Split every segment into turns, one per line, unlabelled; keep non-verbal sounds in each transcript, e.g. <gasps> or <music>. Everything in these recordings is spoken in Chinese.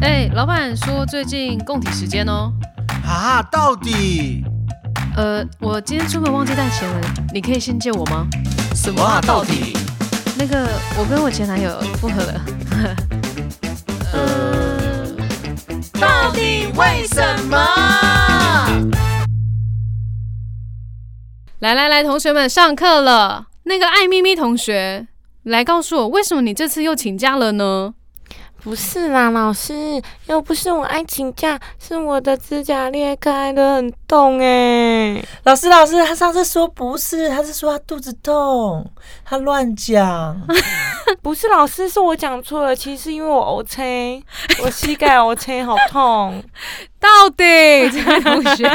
哎、老板说最近供体时间哦。
啊，到底
呃，我今天出门忘记带钱了，你可以先借我吗？
什么啊？到底？
那个，我跟我前男友复合
<laughs>
了。呃，
到底为什么？
来来来，同学们上课了。那个爱咪咪同学，来告诉我，为什么你这次又请假了呢？
不是啦，老师，又不是我爱请假，是我的指甲裂开了，很痛哎、
老师，老师，他上次说不是，他是说他肚子痛，他乱讲。
<laughs> 不是老师，是我讲错了，其实是因为我 O <laughs> C，我膝盖 O C 好痛。
到底 <laughs> 这位同学，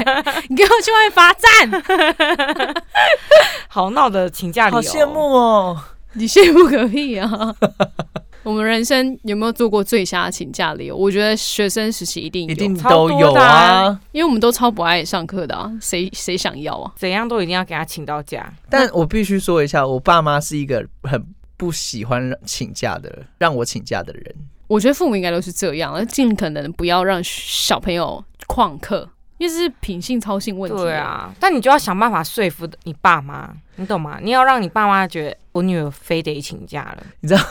你给我去外面罚站！
好闹的请假理由，
好羡慕哦！
<laughs> 你羡慕个屁啊！ <laughs> 我们人生有没有做过最瞎的请假理由？我觉得学生时期一定有，
一定
超
都
多
有
的啊
啊。
因为我们都超不爱上课的啊，谁谁想要啊？
怎样都一定要给他请到假。
但我必须说一下，我爸妈是一个很不喜欢请假的人，让我请假的人。
我觉得父母应该都是这样，啊尽可能不要让小朋友旷课，因为这是品性操性问题。
对，啊，但你就要想办法说服你爸妈，你懂吗？你要让你爸妈觉得我女儿非得请假了。 <laughs>
你知道，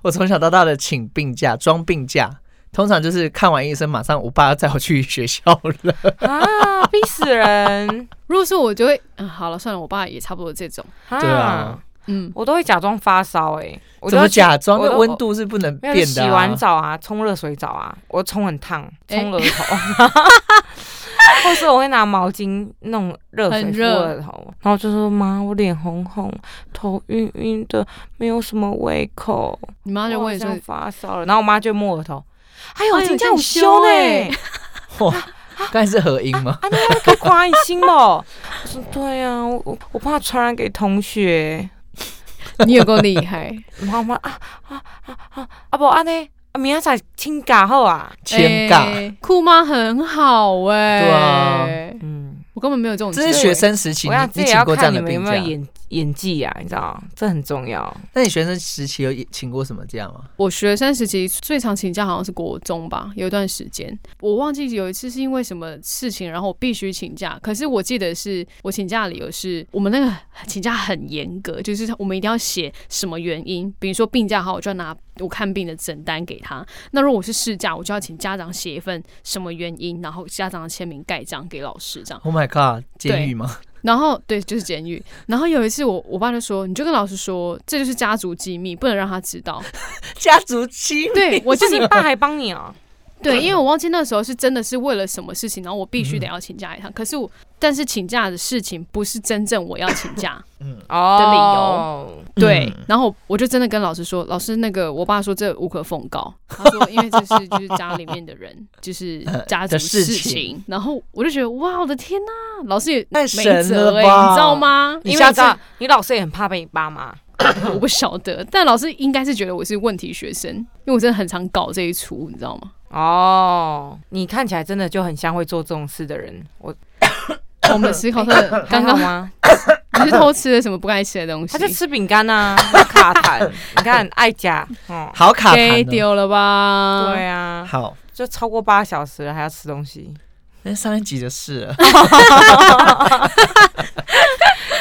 我从小到大的请病假、装病假，通常就是看完医生，马上我爸要载我去学校了。
啊，逼死人！
如果是我就会，嗯，好了算了，我爸也差不多这种，
啊
对啊，
嗯，
我都会假装发烧哎、欸， <laughs> 我
怎
就
么
会去
假装？
我
那
都
温度是不能
没有
变
洗
的、
完
啊。
澡啊，冲热水澡啊，我冲很烫，
哎
冲额头，或是我会拿毛巾弄热水
很
敷
热
额头，然后就说妈，我脸红红，头晕晕的，没有什么胃口，
你妈就
我好
问你说
像，发烧了，然后我妈就摸额头，哎呦，
哎呦
今天
你
有
羞
羞呢、
欸
哇，刚才是合音
<laughs>
吗？
啊，你还可以夸一星哦。我说对呀、啊，我我我怕传染给同学。
你有够厉
<laughs>
害，
然后我妈啊啊啊啊啊不安尼，啊明仔载请假好啊。
尴尬。
哎酷妈很好哎、
对啊
嗯，
我根本没有这种
这
经
是
验，
学生时期，
我想
你
这
你
也
请
要
过这样
看你
的
们有
病
没
假
有？演演技啊，你知道，这很重要。
那你学生时期有请过什么假吗？
我学生时期最常请假好像是国中吧，有一段时间我忘记有一次是因为什么事情，然后我必须请假。可是我记得是我请假的理由是我们那个请假很严格，就是我们一定要写什么原因，比如说病假好，我就要拿我看病的诊单给他。那如果我是事假，我就要请家长写一份什么原因，然后家长的签名盖章给老师这样。
Oh my god，监狱吗？
然后对，就是监狱。然后有一次我我爸就说，你就跟老师说，这就是家族机密，不能让他知道。
家族亲，
对我
我
就是
是你爸还帮你哦、
嗯
对，因为我忘记那时候是真的是为了什么事情，然后我必须得要请假一趟。可是我，但是请假的事情不是真正我要请假，
哦的理由。
对
嗯。
然后我就真的跟老师说，老师，那个我爸说这无可奉告，他说因为这是就是家里面的人，
<laughs>
就是家族
呃的事
事
情
情。然后我就觉得哇，我的天呐，老师也
太
没
神了
辙哎、
吧
你知道吗？
因
你
为
下
你
次
知道，你老师也很怕被你爸骂。
我不晓得，但老师应该是觉得我是问题学生，因为我真的很常搞这一出，你知
<laughs>
道吗？
哦，你看起来真的就很像会做这种事的人。我
我们的思考特刚
还好
刚
<laughs> 吗？
你是偷吃了什么不该吃的东西？
他就吃饼干啊， <laughs> 卡痰。你看爱夹，哦，
好卡
给
痰哦、
丢了吧？
对啊，
好，
就超过八小时了还要吃东西。
那上一集的事了。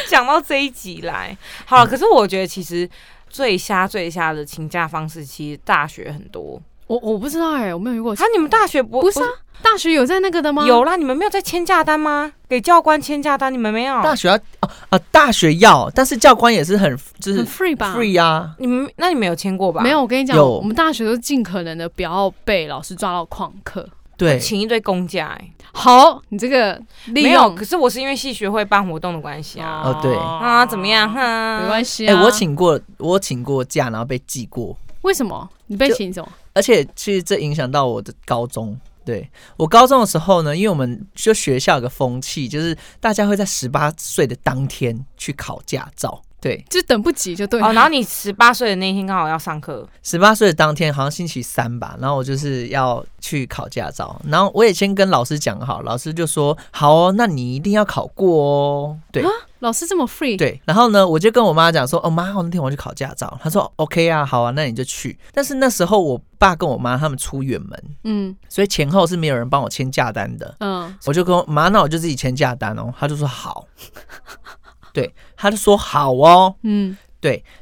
讲到这一集来，好了，可是我觉得其实最瞎最瞎的请假方式，其实大学很多。
我我不知道哎、我没有遇过。
啊，你们大学不
不是啊，大学有在那个的吗？
有啦，你们没有在签假单吗？给教官签假单，你们没有？
大学要哦啊，大学要，但是教官也是很就是
很 free 吧
free 啊。
你们那你们有签过吧？
没有，，我跟你讲，
有
我们大学都尽可能的不要被老师抓到旷课。
对，
请一堆公假、欸，
好，你这个利
没有。
用
可是我是因为系学会办活动的关系啊。
哦对
啊，怎么样？哈，
没关系
哎、
啊。
我请过，我请过假，然后被记过，
为什么你被
就
请什么？
而且其实这影响到我的高中。对我高中的时候呢，因为我们就学校有个风气，就是大家会在十八岁的当天去考驾照。对，
就是等不及就对了。
哦，然后你十八岁的那一天刚好要上课，
十八岁的当天好像星期三吧，然后我就是要去考驾照，然后我也先跟老师讲好，老师就说好哦，那你一定要考过哦。对
老师这么 free，
对，然后呢，我就跟我妈讲说，哦妈，我那天我要去考驾照，她说 OK 啊，好啊，那你就去。但是那时候我爸跟我妈他们出远门，
嗯
所以前后是没有人帮我签价单的。
嗯，
我就跟我妈，那我就自己签价单哦。她就说好，对，她就说好哦。
嗯，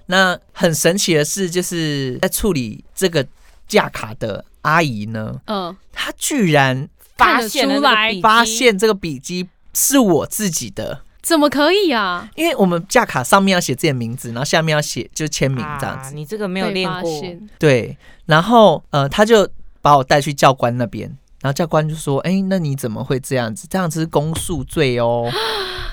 那很神奇的是，就是在处理这个架卡的阿姨呢，
嗯，
她居然
看
发
得
现了
出
那个
来
笔记
发现这个笔记是我自己的。
怎么可以啊？
因为我们架卡上面要写自己的名字，然后下面要写就签名这样
啊
子，
你这个没有
被
练
发
过，
现
对。然后呃，她就把我带去教官那边，然后教官就说：“哎、那你怎么会这样子？这样子是公诉
<gasps>
罪哦。”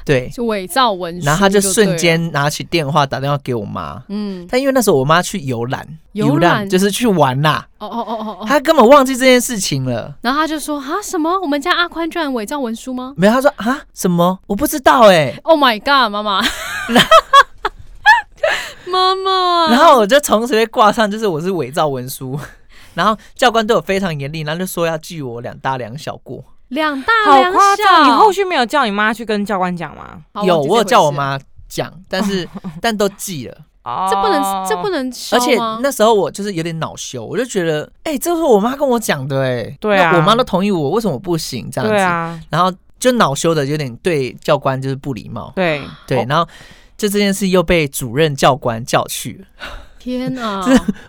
对，
就伪造文书，
然后她就
就对
瞬
了，
间拿起电话打电话给我妈，
嗯，
但因为那时候我妈去游览，
游览
就是去玩啦、
哦哦哦哦哦，
他根本忘记这件事情了。
然后他就说啊什么？我们家阿宽居然伪造文书吗
没有，他说啊什么？我不知道哎、
？Oh my god，妈妈， <laughs> 妈妈，
然后我就从此被挂上，就是我是伪造文书。 <laughs> 然后教官对我非常严厉，然后就说要记我两大两小过。
两大
好
两
夸
小，
张！你后续没有叫你妈去跟教官讲吗？
好
有，
忘记
我有
这
叫
回
我
事
妈讲，
<laughs>
但是但都记了。
哦
这不能，这不能消
而且
吗
那时候我就是有点恼羞，我就觉得，哎、这是我妈跟我讲的、哎，
对啊
那我妈都同意我，为什么我不行这样子？
对啊，
然后就恼羞的有点对教官就是不礼貌，
对
对，
哦
然后就这件事又被主任教官叫去了，
天
<laughs>
啊，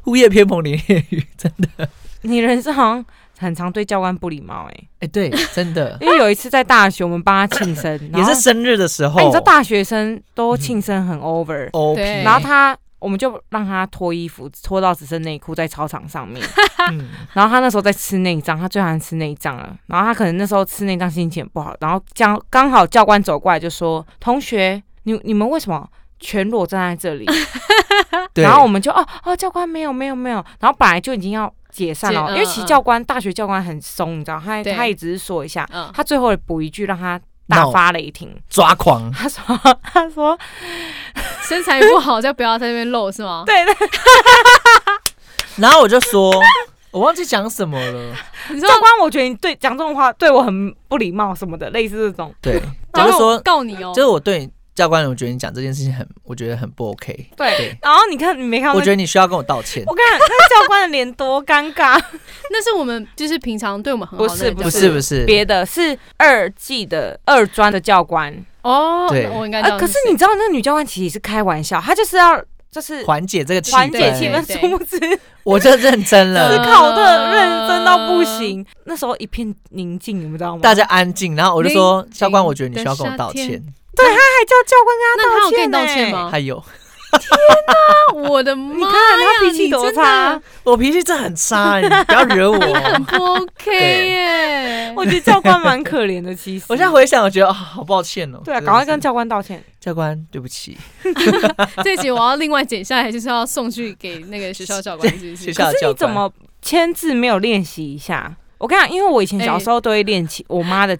物业偏逢连夜雨，真的。
你人生好像很常对教官不礼貌哎、
哎、对，真的 <laughs>
因为有一次在大学，我们帮他庆
<laughs>
生，
也
然后
是生日的时候，
哎、你知道大学生都庆生很 over，、
哦嗯
O P，
对
然后他我们就让他脱衣服，脱到只剩内裤在操场
<laughs>
上面。
嗯
然后他那时候在吃内脏，他最喜欢吃内脏了。然后他可能那时候吃内脏心情不好，然后刚刚好教官走过来就说：“同学，你你们为什么？”全裸站在这里，
<laughs>
对，
然后我们就哦哦，教官没有没有没有，然后本来就已经要解散了，
解
因为其
嗯嗯
实教官大学教官很松，你知道，他
对
他也只是说一下，
嗯，
他最后补一句让他大
闹
发雷霆，
抓狂，
他说他说
哦身材不好就不要在那边露是
<laughs>
吗？
对对，
然后我就说， <laughs> 我忘记讲什么了，
你知
教
道
官，我觉得你对啊讲这种话对我很不礼貌什么的，类似这种。
对， <laughs>
然后
就是说，
告你哦
就，是我对教官，我觉得你讲这件事情很，我觉得很不 OK，对
对，然后你看你没看到那，
我觉得你需要跟我道歉。
我看 <laughs> 那教官的脸多尴
<laughs>
尬。
那是我们就是平常对我们很好的
不是
人
不
不
这
是
样
不是，
别的是二技的二专的教官，
哦，
对哎
那我应该知
呃，
道
可
是
是你知道那个女教官其实是开玩笑，她就是要就是
缓解这个气
缓解
氛
气氛，
对
殊不知
我就认真
呃
思
了，
考的认真到不行。那时候一片宁静，你们知道吗？
大家安静，然后我就说，
宁
教官，我觉得你需要跟我
静的
道
夏天
歉。
还叫教官
那他有跟你道
道歉
歉
<laughs>
欸
吗？
还有，
我的妈！
跟她，你看她脾气多差。
我脾气真的很差，你不要惹 <laughs> 我。
不 OK 耶！
我觉得教官蛮可怜的，其实。
<laughs> 我现在回想，我觉得啊，好抱歉哦。
对啊，
真的
赶快跟
是
教官道歉。
教官对不起，
这集我要另外剪下来，就是要送去给那个学校教
<laughs>
官，是不
学
是？
校
可
的
是
教
你怎
官。
么签字没有练习一下？我跟你讲，因为我以前小时候都会练起我妈的啊，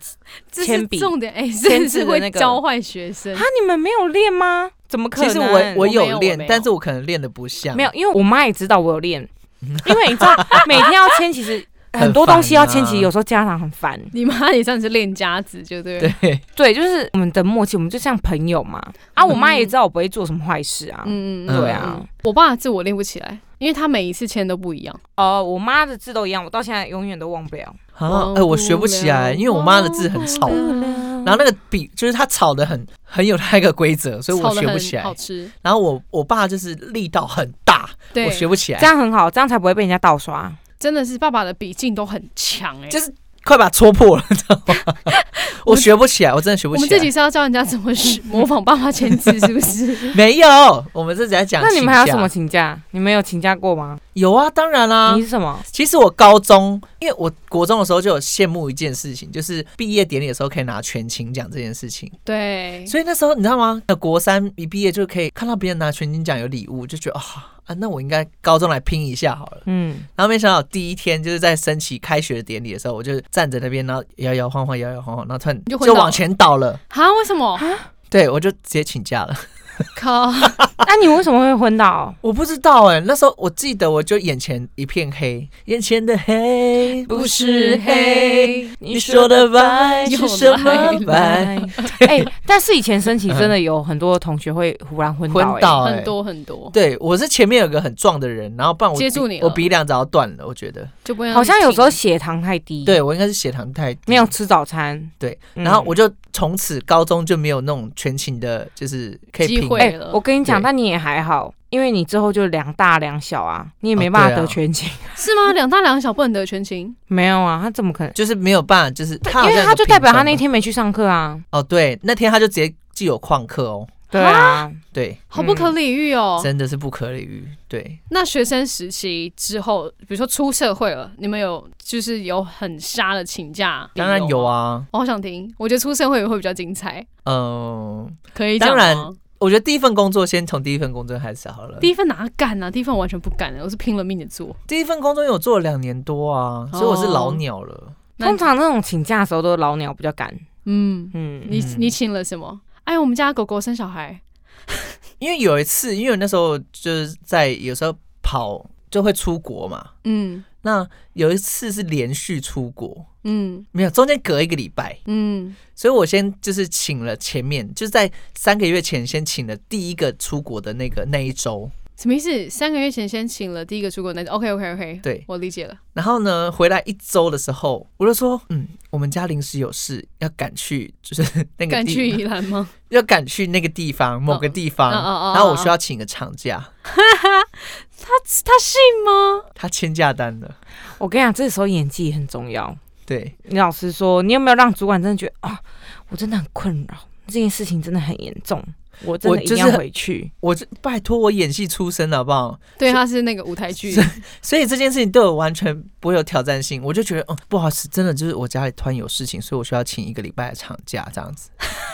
这是
铅笔
重点，哎，
签
甚
字
至
的
会
那个
教坏学生。
啊你们没有练吗？怎么可
嗯其
能？
实
我
我我
没有
有
我
练
没，
但
有
是我可能练的不像。
没有，因为我妈也知道我
<laughs>
有练，因为你知道每天要签，其实很多东西要
<laughs> 很烦
签，
啊
其实有时候家长很烦。
你妈也算是练家子，就对了。
对，
对，就是我们的默契，我们就像朋友嘛。啊，
嗯
我妈也知道我不会做什么坏事啊。
嗯，嗯嗯
对啊，
我爸的字我练不起来，因为他每一次签都不一样。
哦，我妈的字都一样，我到现在永远都忘不了。
啊，哎，我学不起来，因为我妈的字很吵
哦
忘，不了
<laughs> 然后那个笔就是她吵的很很有她一个规则，所以我
炒得
学不
很
起来
好。吃，
然后我我爸就是力道很大，
对
我，学不起
这
来，
样很好，这样才不会被人家盗刷。
真的是爸爸的笔劲都很强哎、
就是快把它戳破了，你知
<laughs>
道吗？我学不起来，我真的学不
我们
起
这集
来。
是要教人家怎么学模仿爸爸签字，是不
<laughs>
是？
没有，我们这集在讲
那
请假。
你们还有什么请假？你们有请假过吗？
有啊，当然啦、
你是什么？
其实我高中，因为我国中的时候就有羡慕一件事情，就是毕业典礼的时候可以拿全勤奖这件事情。
对，
所以那时候你知道吗？呃国三一毕业就可以看到别人拿全勤奖有礼物，就觉得啊、啊，那我应该高中来拼一下好了。
嗯，
然后没想到第一天就是在升旗开学典礼的时候，我就站在那边，然后摇摇晃晃，摇摇晃晃，然后突然
你就昏
就
倒
往前倒了。
哈，为什么？
对，我就直接请假了。
靠，
那你为什么会昏倒？
我不知道哎、那时候我记得我就眼前一片黑，眼前的黑
<laughs> 不是黑，
你说的白
又
是什
来
么白？
<laughs> 哎、但是以前升旗真的有很多同学会忽然昏倒、
昏
哎
倒、欸，
很。多很多，
对，我是前面有个很壮的人，然后不然我
接住
鼻
你了嗯
我鼻梁早断了，我觉得。
就不会让
好像
你
有时候
停
血糖太低，，
对我应该是血糖太低
没有吃早餐，
对，
嗯
然后我就从此高中就没有那种全勤的，就是可以
机
拼
会
哎、
了
我跟你讲，
对
但你也还好，因为你之后就两大两小啊，你也
哦
没办
对
法
啊
得全勤。 <laughs>
是吗？两大两小不能得全勤，
没有啊，他怎么可能？
就是没有办法，就是他好
因
像
为
有
他就
个
代表
评
他
分
那
嘛
天没去上课啊。
哦，对，那天他就直接既有旷课哦，
对啊，
对，
好不可理喻哦。
真的是不可理喻，对，
那学生时期之后，比如说出社会了，你们有就是有很瞎的请假？
当然有。啊，
我好想听，我觉得出社会会比较精彩，
嗯、
可以讲吗
当然我觉得第一份工作先从第一份工作开始好了。
第
第
一份哪敢啊？第一份完全不敢的，我是拼了命的做。
第一份工作因为我做了两年多啊，所以我是
哦
老鸟了。
那
通常那种请假的时候都是老鸟比较赶。
嗯，
嗯，
你
嗯
你请了什么？哎，我们家狗狗生小孩，
因为有一次，因为我那时候就是在有时候跑就会出国嘛，
嗯
那有一次是连续出国，
嗯
没有中间隔一个礼拜，
嗯，
所以我先就是请了前面就是在三个月前先请了第一个出国的那个那一周，
什么意思？三个月前先请了第一个出国那 OK OK OK，
对
我理解了。
然后呢，回来一周的时候，我就说，嗯，我们家临时有事，要赶去，就是那个
敢去
地，哦
宜兰吗？
要赶去那个地方，某个
<laughs>
地方。
嗯嗯嗯嗯
然后我需要请个长假， <laughs>
他信吗？
他签假单了。
我跟你讲，这时候演技也很重要。
对，
你老实说，你有没有让主管真的觉得啊，我真的很困扰，这件事情真的很严重，我真
我
的一
就
定
是
要
很
回
<laughs>
去。
我这拜托我演戏出身好不好？
对，
是
他是那个舞台剧。
所以这件事情对我完全不会有挑战性，我就觉得，嗯，不好意思，真的就是我家里突然有事情，所以我需要请一个礼拜的长假这样子。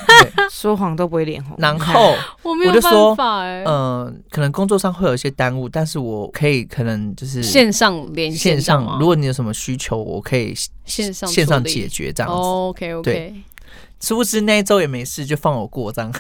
对
说谎都不会脸红。
嗯
然
你看
后，
我没有
我就说
办法哎、
嗯，可能工作上会有一些耽误，但是我可以可能就是
线上连线
嗯线
上吗
上，如果你有什么需求，我可以
线上
线上
处理
解决这样子。
哦 OK OK，
对殊不知那一周也没事，就放我过这样，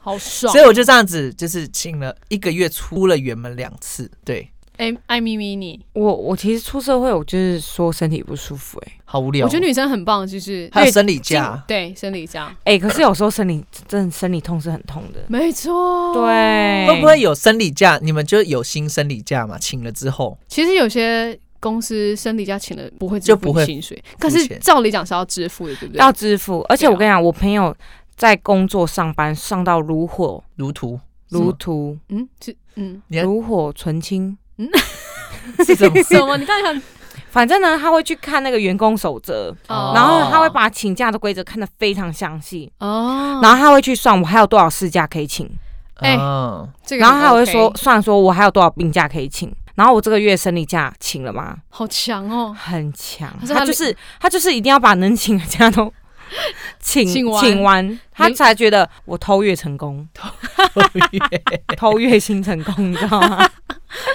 好爽。
所以我就这样子，就是请了一个月，出了远门两次，对，
哎、爱咪咪你，
我我其实出社会，我就是说身体不舒服、哎
好无聊。
我觉得女生很棒，就是
还有
因为
生理假，
对生理假，
哎、可是有时候生理真的生理痛是很痛的。
没错。，哎
对，
哦会不会有生理假？你们就有新生理假嘛？请了之后，
其实有些公司生理假请了不会支
就
付
不会
你薪水，可是
钱
照理讲是要支付的，对不对？
要支付？而且
对啊
我跟你讲，我朋友在工作上班上到如火
如图
如荼，
嗯是嗯
你看
炉火纯青。
是什么？
什么？你
<laughs>
到底想？
反正呢，他会去看那个员工守则，
哦
然后他会把请假的规则看得非常详细，
哦，
然后他会去算我还有多少事假可以请，
<laughs> 哎
嗯，
这个
然后他会
OK
说算说我还有多少病假可以请，然后我这个月生理假请了吗？
好强哦，
很强，
可是他
他就是他就是一定要把能请的假都 <laughs> 请
请完
请完，他
你
才觉得我偷月成功，偷月 <laughs> 薪成功，你知道吗？ <laughs>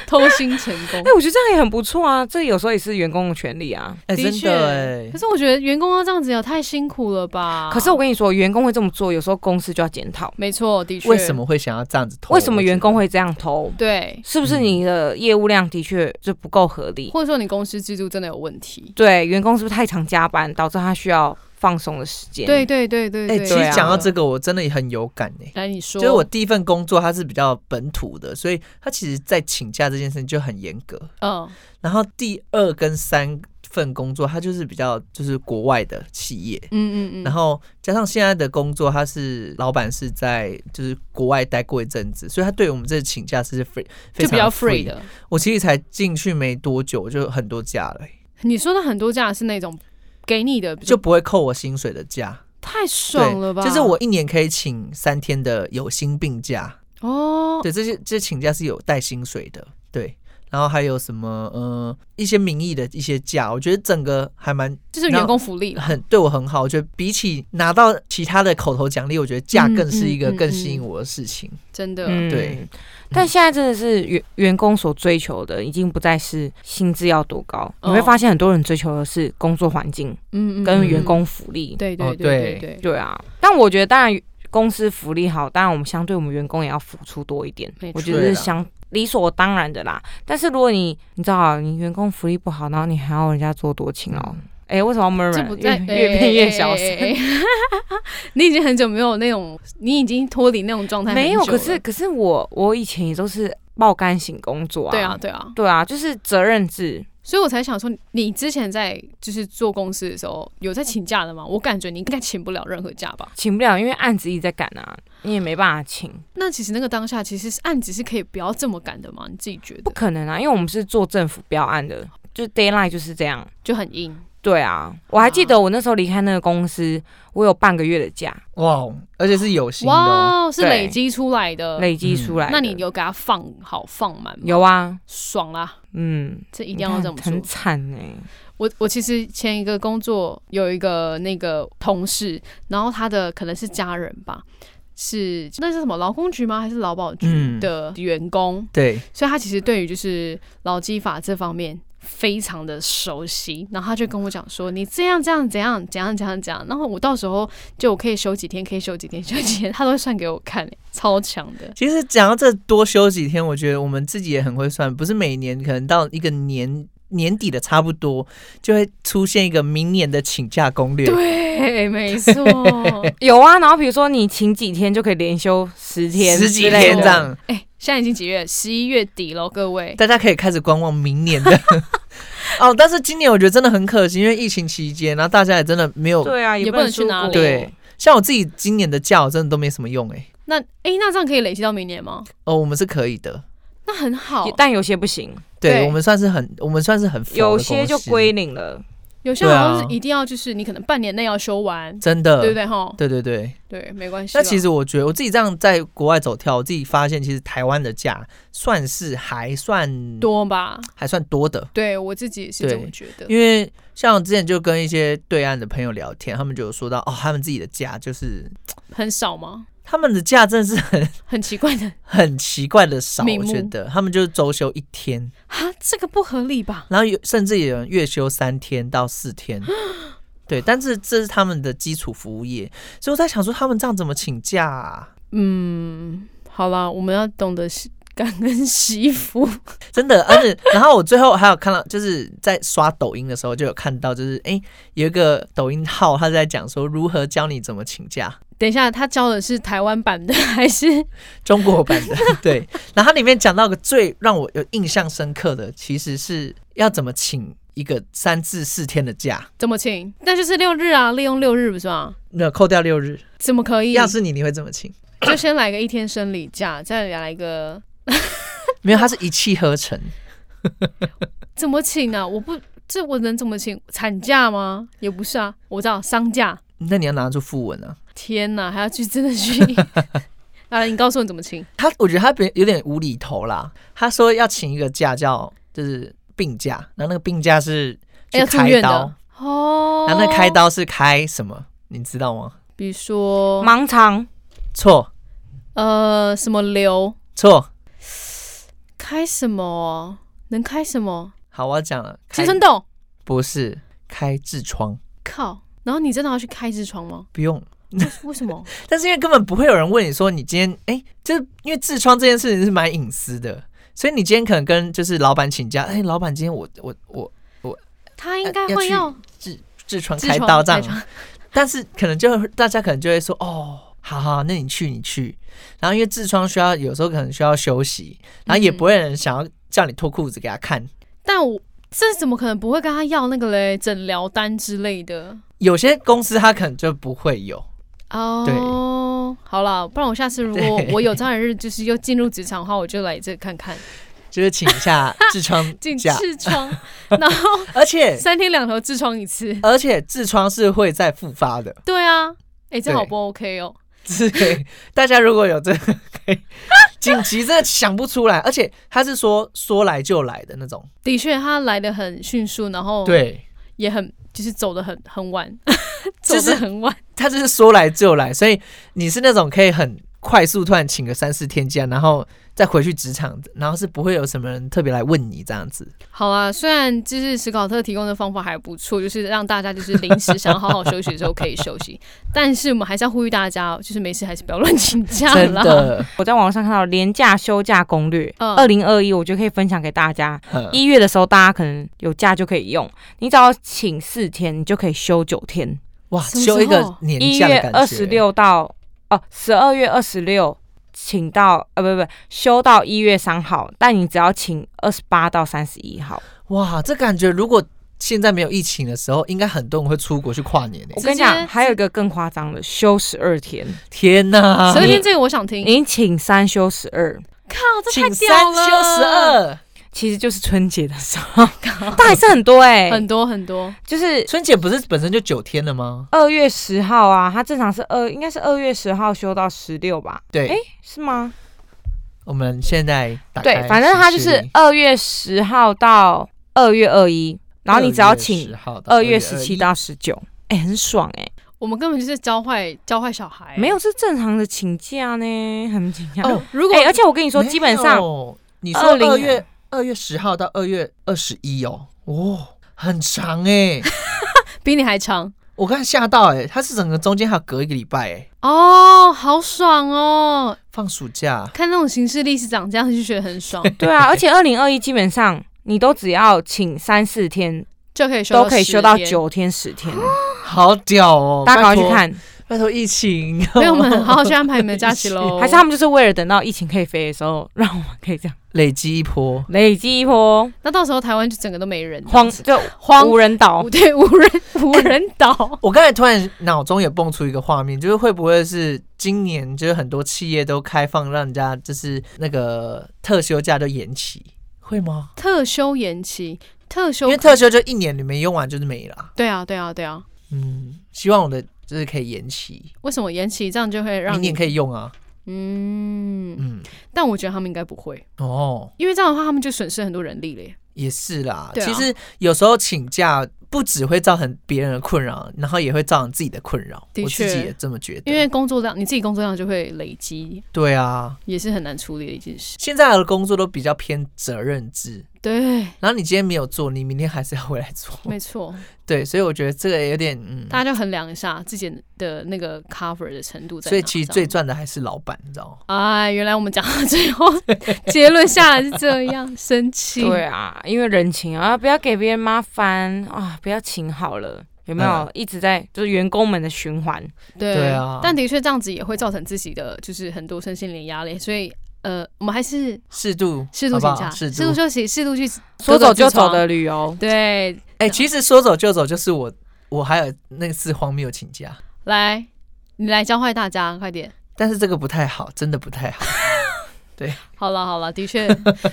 偷心成功
<laughs>
哎、。我觉得这样也很不错啊，这有时候也是员工的权利啊。
哎，
的
真
确
的
可
哎，
是我觉得员工要这样子也太辛苦了吧？
可是我跟你说，员工会这么做，有时候公司就要检讨，
没错，的确。
为什么会想要这样子偷？
为什么员工
我
会这样偷？
对，
是不是你的业务量的确就不够合理？
或者说你公司制度真的有问题？
对，员工是不是太常加班，导致他需要放松的时间？
对，对对对
觉得？
对。
哎，其
对
实
啊
讲到这个，我真的也很有感哎。
来你说，
就是我第一份工作，它是比较本土的，所以它其实在请假这件事情就很严格。
嗯
然后第二跟三份工作，它就是比较就是国外的企业，
嗯嗯嗯，
然后加上现在的工作，它是老板是在就是国外待过一阵子，所以他对我们这请假是 free，非
就
常
比较
free
free。的。
我其实才进去没多久，我就很多假了、
你说的很多假是那种给你的，
就不会扣我薪水的假，
太
对
爽了吧？
就是我一年可以请三天的有薪病假，
哦，
对，这些这请假是有带薪水的，对。然后还有什么，呃，一些名义的一些假，我觉得整个还蛮
就是员工福利了。
很对我很好。我觉得比起拿到其他的口头奖励，我觉得假
嗯
更是一个
嗯嗯
更
嗯
吸引我的事情。
真的。
嗯
对。
但现在真的是员员工所追求的，已经不再是薪资要多高，
哦
你会发现很多人追求的是工作环境
嗯嗯，
跟
嗯
员，工福利啊
嗯。对对对
哦
对
对
对，
对啊，但我觉得当然公司福利好，当然我们相对我们员工也要付出多一点
没，错
我觉得是相理所当然的啦。但是如果你你知道啊你员工福利不好，然后你还要人家做多情哦，哎、为什么我们
嗯这
人
不在哎
越越变越小声？
<laughs> 你已经很久没有那种，你已经脱离那种状态很久了。
没有，可是可是我我以前也都是爆肝型工作啊，
对啊，对啊，
对啊，就是责任制，
所以我才想说，你之前在就是做公司的时候，有在请假的吗？我感觉你应该请不了任何假吧。
请不了，因为案子一直在赶啊，你也没办法请，
那其实那个当下，其实是案子是可以不要这么赶的嘛，你自己觉得
不可能啊，因为我们是做政府标案的，就 d a y l i n e 就是这样。
就很硬。
对啊，我还记得我那时候离开那个公司，我有半个月的假
哇哦，而且是有薪的、哦，
哇，是
对
累积出来的。
累积出来的、
呃那你有给他放好放满吗？
有啊？
爽啦，
嗯，
这一
一
定要这么说
很。惨哎、
我我其实前一个工作有一个那个同事，然后他的可能是家人吧，是那是什么劳工局吗？还是劳保局
嗯
的员工？
对，
所以他其实对于就是劳基法这方面非常的熟悉，然后他就跟我讲说，你这样这样怎样怎样怎样怎样，然后我到时候就我可以休几天，可以休几天，休几天，他都会算给我看、超强 <laughs> 的。
其实讲到这多休几天，我觉得我们自己也很会算，不是每年可能到一个年年底的差不多，就会出现一个明年的请假攻略。
对，哎没错。
有啊。然后比如说你请几天就可以连休十天之
十
类的，
几天这样，
哎、 <laughs> 现在已经几月？十一月底喽，各位。
大家可以开始观望明年的。哦，但是今年我觉得真的很可惜，因为疫情期间，然后大家也真的没有
对啊，
也不
不能
能去
出
哪
国
里
对。像我自己今年的假，我真的都没什么用哎、
那哎、那这样可以累积到明年吗？
哦，我们是可以的，
那很好
也。但有些不行，
对
对
我们算是很，我们算是很佛的
有些就
公司
归零了。
有些
对
好
啊
像是一定要就是你可能半年内要修完，
真的，
对不对哈？
对对对
对，没关系啦。
那其实我觉得我自己这样在国外走跳，我自己发现其实台湾的假算是还算
多吧。
还算多的，
对我自己也是这么
对
觉得。
因为像我之前就跟一些对岸的朋友聊天，他们就有说到哦，他们自己的假就是
很少吗？
他们的假真的是很
很奇怪的
很奇怪的少，
名
我
目
觉得他们就是周休一天，
啊，这个不合理吧？
然后有甚至有人月休三天到四
<laughs>
天。对，但是这是他们的基础服务业，所以我在想说他们这样怎么请假、啊？
嗯，好啦，我们要懂得惜感恩惜福。 <laughs>
真的，而且然后我最后还有看到，就是在刷抖音的时候就有看到，就是哎、诶有一个抖音号，他在讲说如何教你怎么请假，
等一下，他教的是台湾版的还是？
中国版的 <laughs> 对。然后它里面讲到个最让我有印象深刻的，其实是要怎么请一个三至四天的假，
怎么请？那就是六日啊，利用六日不是吗？
那扣掉六日，
怎么可以？
要是你你会怎么请？
就先来个一天生理假，再来一个
没有，它是一气呵成，
怎么请呢、啊？我不，这我能怎么请？产假吗？也不是啊，我知道丧假。
那你要拿出副文啊。
天哪，还要去真的
<laughs>
去？啊，你告诉我怎么请？
他我觉得他别有点无厘头啦，他说要请一个假叫就是病假，然后那个病假是
哎
去
要住
开
院
刀。
的哦。
啊然后那开，刀是开什么？你知道吗？
比如说
盲肠
错
呃什么瘤，
错，
开什么？能开什么？
好，我要讲了。开
青春痘？
不是开痔疮，
靠！然后你真的要去开痔疮吗？
不用。
为什
<laughs>
么？
但是因为根本不会有人问你说你今天，哎、就是因为痔疮这件事情是蛮隐私的，所以你今天可能跟就是老板请假，哎、老板今天我我我
他应该
呃要
会
去
要
痔疮
痔
开
疮
刀啊这
开
样，但是可能就大家可能就会说，哦，好好，那你去你去。然后因为痔疮需要有时候可能需要休息，然后也
嗯
不会有人想要叫你脱裤子给他看，
但我这怎么可能不会跟他要那个嘞？诊疗单之类的
有些公司他可能就不会有。
哦。好啦，不然我下次如果
对
我有朝一日就是又进入职场的话，我就来这看看
就是请一 <laughs> 下痔疮
进
假，
痔
<laughs>
疮，然后
而且
三天两头痔疮一次。
而且痔疮是会再复发的，
对啊，哎、这
对
好不 OK 哦。
是可以大家如果有这个可以紧急真的想不出来，而且他是说说来就来的那种，
的确，他来的很迅速，然后
对，
也很就是走的很 <laughs> 很晚，走
就是
的很晚。
他就是说来就来，所以你是那种可以很快速突然请个三四天假，然后再回去职场，然后是不会有什么人特别来问你这样子。
好啦，虽然就是史考特提供的方法还不错，就是让大家就是临时想要好好休息的时候可以休息，但是我们还是要呼吁大家哦，就是没事还是不要乱请
<laughs>
假
真
啦。
<laughs> 的，
我在网上看到廉价休假攻略，
嗯
二零二一，我就可以分享给大家。
嗯
一月的时候，大家可能有假就可以用，你只要请四天，你就可以休九天。
哇，
什么时候
休一个年
一
假
月
的感觉。
二十，六到哦，十二月二十六请到呃，不不，休到一月三号，但你只要请二十八到三十一号。
哇，这感觉如果现在没有疫情的时候，应该很多人会出国去跨年欸诶
我
直。
跟你
接
讲，还有一个更夸张的，休十二天，
天哪，
所以这个我想听，
你请三休十二，
靠，这太
请
屌
三
了，
休十二，
其实就是春节的时候，但还是很多哎、
很多很多，
就是
春节不是本身就九天了吗？
二月十号啊，它正常是二，应该是二月十号休到十六吧？
对，
哎是吗？
我们现在打开
对，反正它就
时
是
序
二月十号到二月二一，然后你只要请
2号到
二月
2
十七到十九，哎，很爽哎、
我们根本就是教坏教坏小孩，
没有是正常的请假呢，很请假。
哦，如果
哎、而且我跟你
你
说，基本上
你说
20
二月二月十号到二月二十一哦，哦，很长哎、
<laughs>
比你还长。
我刚才吓到哎、它是整个中间还有隔一个礼拜哎、
哦，好爽哦！
放暑假，
看那种形式历史长这样就觉得很
<laughs>
爽，
对啊，而且二零二一基本上你都只要请三四天，
就可以休
都可以
10
休到
天。
九天十天，
好屌哦！
大家
拜
赶快
托
去，看。
拜托疫情，
<laughs> 没有，我们好好去安排你们的假期喽。
还是他们就是为了等到疫情可以飞的时候，让我们可以这样
<laughs> 累积一波。
累积一波
那到时候台湾就整个都没人，
荒就
荒
无人岛
无。对无人
哎
无人
<laughs>
岛。
我刚才突然脑中也蹦出一个画面，就是会不会是今年就是很多企业都开放让人家就是那个特休假都延期，会吗？
特休延期，特休
因为特休就一年你没用完就是没了啊。
对啊对啊对啊，
嗯，希望我的就是可以延期，
为什么延期这样就会让
明
你
年可以用啊。
嗯？
嗯，
但我觉得他们应该不会，
哦，
因为这样的话他们就损失很多人力了耶。
也是啦。
对啊
其实有时候请假不只会造成别人的困扰，然后也会造成自己的困扰。
的
我自己
确
也这么觉得。
因为工作量，你自己工作量就会累积，
对啊，
也是很难处理的一件事。
现在的工作都比较偏责任制，
对，
然后你今天没有做，你明天还是要回来做。
没错。
<laughs> 对，所以我觉得这个有点嗯。
大家就衡量一下自己的那个 cover 的程度在哪。
所以其实
这
最
样
赚的还是老板，你知道吗？
哎，原来我们讲到最后结论下来是这样，生气。
对啊，因为人情啊，不要给别人麻烦啊，不要请好了，有没有？
嗯
一直在就是员工们的循环。
对
对啊
但的确这样子也会造成自己的就是很多身心灵压力，所以呃，我们还是
适度，
适度
好不
请
好
假，
适
适度
度。
休息，适度去
说走就走的。旅游，
对，
哎、其实说走就走，就是我，我还有那次荒谬请假。
来，你来教坏大家，快点。
啊但是这个不太好，真的不
<laughs>
太好。
好了好了，的确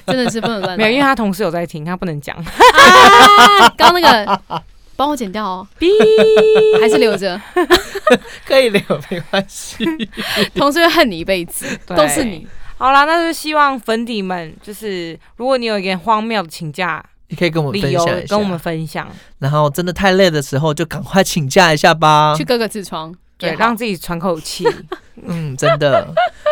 真的是不能乱来。
没有，
<laughs>
因为他同事有在听，他不 <laughs> 能讲。
啊刚那个帮我剪掉哦，还是留着，
可以留，没关系。
同事会恨你一辈子，
对
都是你。
好啦，那就希望粉底们，就是如果你有一个荒谬的请假
你可以跟我们
理
分
由
享一，下，
跟我们分享，
然后真的太累的时候，就赶快请假一下吧
去。各个痔疮，
对，
也好
让自己喘口 <laughs> 气。
嗯，真的。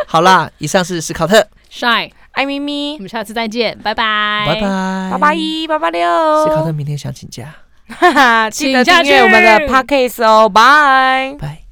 好啦，以上是史考特，
Shy，
爱咪
我
咪，
们下次再见，拜拜，
拜拜，
八八。一八八
史考
六
特，明天想请假，
<laughs> 哈哈，记得
请下
订阅我们的
去
podcast 哦，拜。
拜。